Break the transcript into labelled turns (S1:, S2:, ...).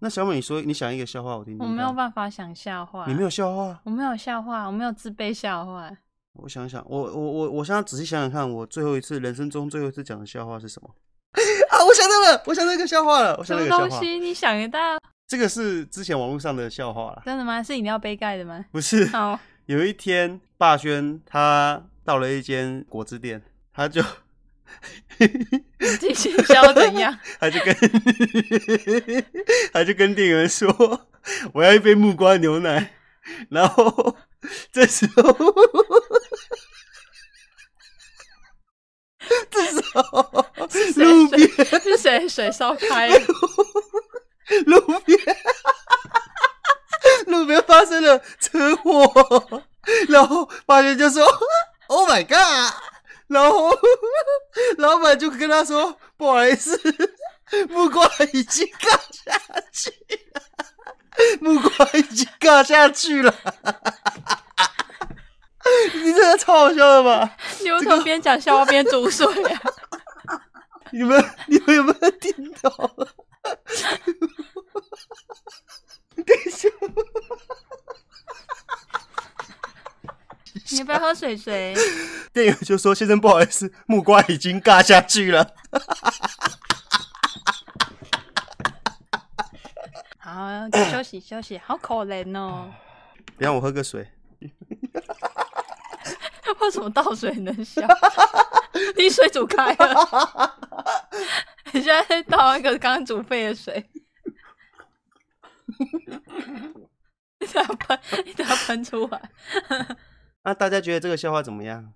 S1: 那小美，你说你想一个笑话，我听听
S2: 我
S1: 看。
S2: 没有办法啊想笑话，
S1: 你没有，笑话？
S2: 我没有笑话，我没有自卑笑话。
S1: 我想想，我我我我现在仔细想想看，我最后一次人生中最后一次讲的笑话是什么？ 啊，我想到了，我想到一个笑话了，我
S2: 什
S1: 想到
S2: 么
S1: 一个笑
S2: 东
S1: 话。
S2: 西？你想得到？
S1: 这个是之前网络上的笑话啦，
S2: 真的吗？是饮料杯盖的吗？
S1: 不是。
S2: 哦，
S1: 有一天，霸轩他到了一间果汁店，他就
S2: 你自己行 销怎样？
S1: 他就跟 他就跟店员说：“我要一杯木瓜牛奶。”然 后这时候， 这时候
S2: 谁
S1: 路边
S2: 水是谁水烧 开了？
S1: 路边路边发生了车祸，然后发现就说 “Oh my god”，然后老板就跟他说：“不好意思，木瓜已经尬下去了，木瓜已经尬下去了。”你这个超好笑的吧？
S2: 你为什么边讲笑话边煮水 啊？
S1: 你们你们有没有听到？ 等一下，
S2: 你要不要喝水水？
S1: 店员就说：“先生，不好意思，木瓜已经尬下去了。
S2: 好，休息休息，好可怜哦。”
S1: 等一下我喝个水。
S2: 为什么倒水能 笑？你水煮开了，你现在在倒一个刚煮沸的水。 你等下喷，你等下喷出来。
S1: 啊那、大家觉得这个笑话怎么样？